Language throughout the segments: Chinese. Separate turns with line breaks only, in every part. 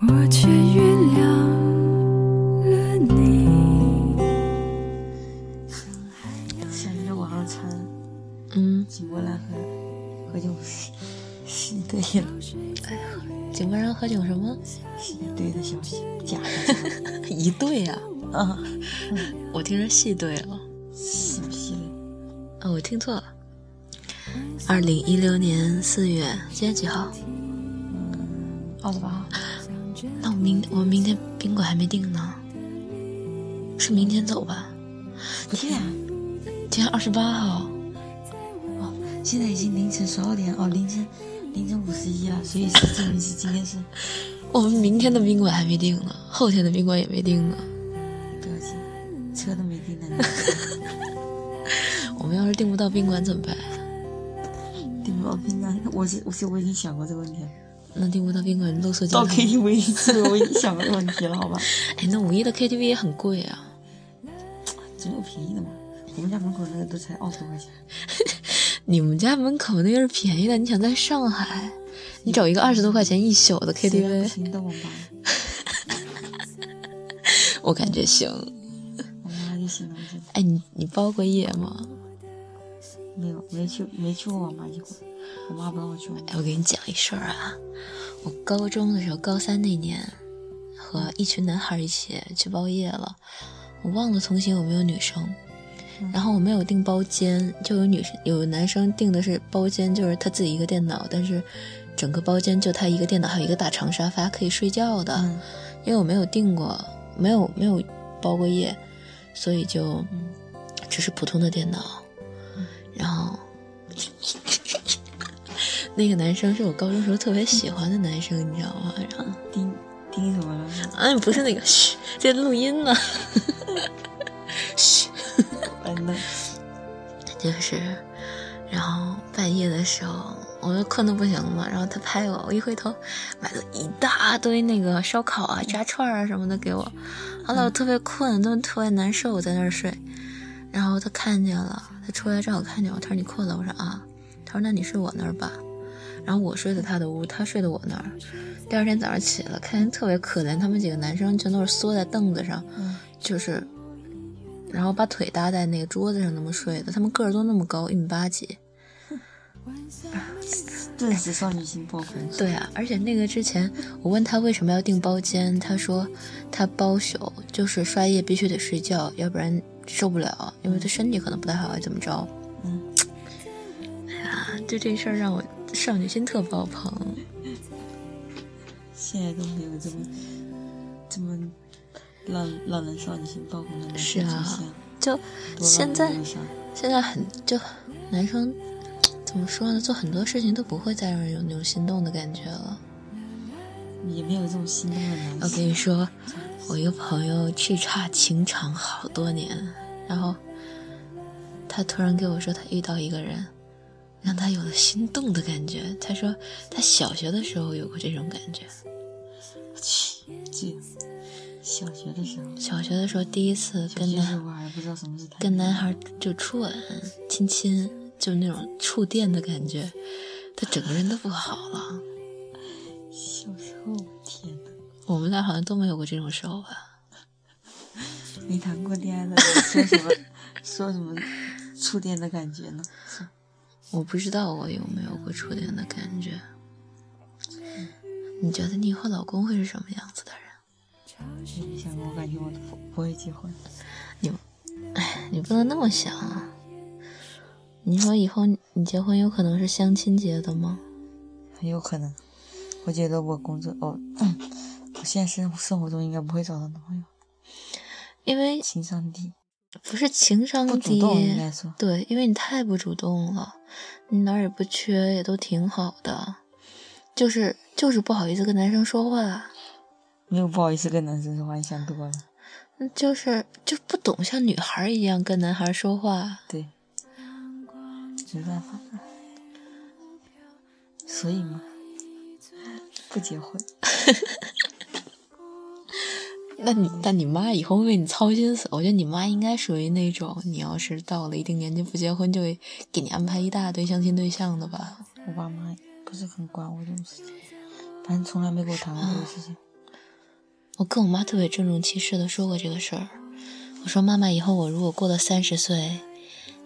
我却原谅了你。
想着王小川
嗯，
井柏然和何炅是是一对的，
井柏然何炅什么
是一对的消息，假的
一对呀、
啊，
我听成戏对了。
是不是？
啊，我听错了。二零一六年四月，今天几号？
二十八号，
那我明我明天宾馆还没定呢，是明天走吧？
天啊！
今天二十八号，
哦，现在已经凌晨十二点哦，凌晨凌晨五十一了，所以是证明是今天是
我们明天的宾馆还没定呢，后天的宾馆也没定呢。
不要紧，车都没订呢，
我们要是订不到宾馆怎么办？
对吗？我平常我是我是我已经想过这个问题了，
那订不到宾馆，露宿街
到
头。
KTV 一次我已经想过这个问题了，好吧？
哎，那五一的 KTV 也很贵啊。
总有便宜的嘛，我们家门口那个都才二十多块钱，
你们家门口那个是便宜的，你想在上海，你找一个二十多块钱一宿的
谁让不
KTV，
行到网吧，
我感觉行。
我妈就行了，我就
哎，你你包过夜吗？
没有没去没去过网吧一回，我妈不让我去网吧
哎，，我给你讲一事儿啊，我高中的时候，高三那年，和一群男孩儿一起去包夜了，我忘了同行有没有女生，
嗯
然后我没有订包间，就有女生有男生订的是包间，就是他自己一个电脑，但是整个包间就他一个电脑，还有一个大长沙发可以睡觉的，
嗯
因为我没有订过，没有没有包过夜，所以就
嗯
只是普通的电脑。然后那个男生是我高中时候特别喜欢的男生，你知道吗？然后
盯盯什么了？
哎，不是那个，嘘，这录音呢，嘘，
嗯，那
就是，然后半夜的时候。我就困得不行了，然后他拍我，我一回头，买了一大堆那个烧烤啊、炸串啊什么的给我，后来我特别困，都特别难受，我在那儿睡，然后他看见了，他出来正好看见我，他说你困了，我说啊，他说那你睡我那儿吧，然后我睡在他的屋，他睡在我那儿，第二天早上起来看见特别可怜，他们几个男生全都是缩在凳子上，
嗯
就是，然后把腿搭在那个桌子上那么睡的，他们个儿都那么高，一米八几，
顿时少女心爆棚，
对啊，而且那个之前我问他为什么要订包间，他说他包宿就是刷夜必须得睡觉，要不然受不了，因为他身体可能不太好，还怎么着？
嗯，
哎呀，就这事儿让我少女心特爆棚。
现在都没有这么这么让让人少女心爆棚的男
是
生出
啊
现，
就
多嗯让
现
人
在
忧伤
现在很就男生怎么说呢，做很多事情都不会再让人有那种心动的感觉了。
也没有这种心动的男
我
生。
跟你说，我一个朋友叱咤情场好多年，然后他突然跟我说，他遇到一个人，让他有了心动的感觉。他说他小学的时候有过这种感觉，
这样小学的时候，
小学的时候第一次
小
跟
学的时
男
候我还不知道什么是谈
跟
恋爱
男孩就初吻、亲亲，就那种触电的感觉，他整个人都不好了。
小时候，天哪，
我们俩好像都没有过这种时候吧？
没谈过恋爱的人说什么 说什么触电的感觉呢？是
我不知道我有没有过初恋的感觉。你觉得你以后老公会是什么样子的人？
没想过，我感觉我不不会结婚，
你不能那么想啊！你说以后你结婚有可能是相亲结的吗？
很有可能。我觉得我工作哦， 我现实生活中应该不会找到男朋友，
因为
情商低，
不是情
不
商
主
低，
动应该说。
对，因为你太不主动了，你哪儿也不缺，也都挺好的，就是就是不好意思跟男生说话。
没有不好意思跟男生说话，你想多了。
嗯就是就不懂像女孩儿一样跟男孩儿说话。
对，没办法，所以嘛，不结婚。
那你但你妈以后为你操心死，我觉得你妈应该属于那种，你要是到了一定年纪不结婚，就会给你安排一大堆相亲对象的吧？
我爸妈不是很管我这种事情，反正从来没给我谈过这个事情。
我跟我妈特别郑重其事的说过这个事儿，我说妈妈，以后我如果过了三十岁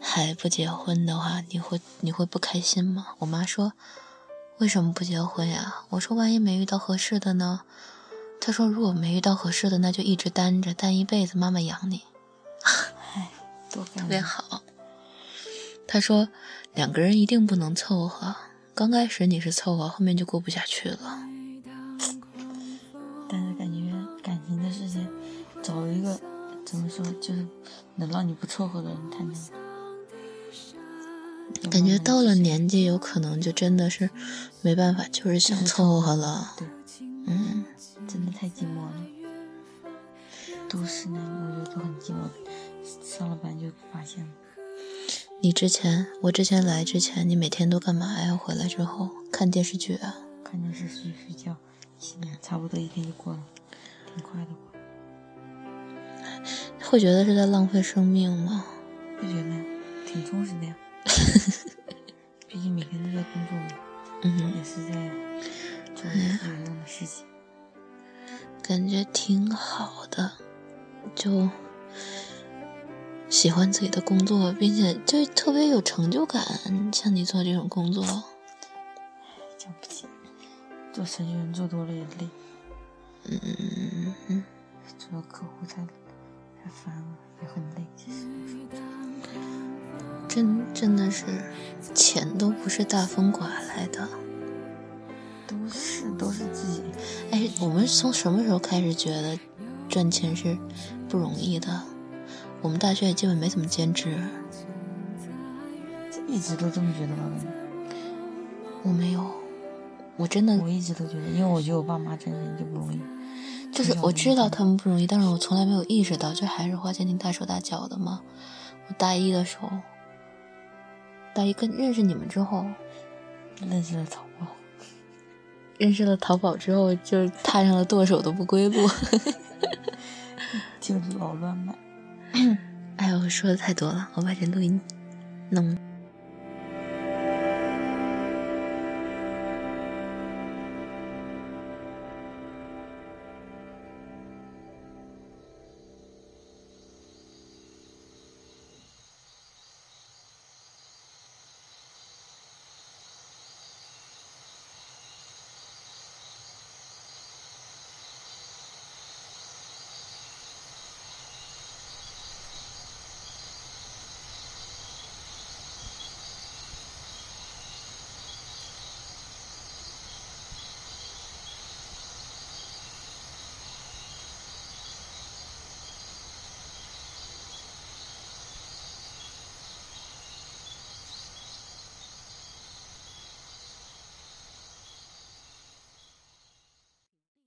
还不结婚的话，你会你会不开心吗？我妈说，为什么不结婚呀？我说万一没遇到合适的呢？她说如果没遇到合适的，那就一直单着，单一辈子，妈妈养你。
多
特
感
别
人。
好。他说，两个人一定不能凑合。刚开始你是凑合，后面就过不下去了。
但是感觉感情的事情，找一个怎么说，就是能让你不凑合的人谈谈。要不然
感觉
很
到了
难
年纪，有可能就真的是没办法，就是想凑合了。
对，
嗯，
真的太寂寞了。都市男女我觉得都很寂寞，上了班就发现了。
你之前，我之前来之前，你每天都干嘛呀？回来之后看电视剧啊？
看电视睡睡觉，现在差不多一天就过了，挺快的过。
会觉得是在浪费生命吗？
不觉得挺充实的 呀，毕竟每天都在工作嘛，
嗯，
也是在做一些有用的事情。
感觉挺好的，就喜欢自己的工作，并且就特别有成就感。像你做这种工作，
讲不起，做程序员做多了也累，
嗯，
做客户太太烦了，也很累。其实
嗯真真的是钱都不是大风刮来的。
都是都是自己，
哎，我们从什么时候开始觉得赚钱是不容易的？我们大学也基本没怎么兼职，
一直都这么觉得吧。感觉
我没有，我真的
我一直都觉得，因为我觉得我爸妈挣钱就不容易，
就是我知道他们不容易，但是我从来没有意识到，这还是花千金大手大脚的嘛。我大一的时候，大一跟认识你们之后，
认识了淘宝，
认识了淘宝之后，就踏上了剁手的不归路。
就老乱买。
哎，我说的太多了，我把这录音弄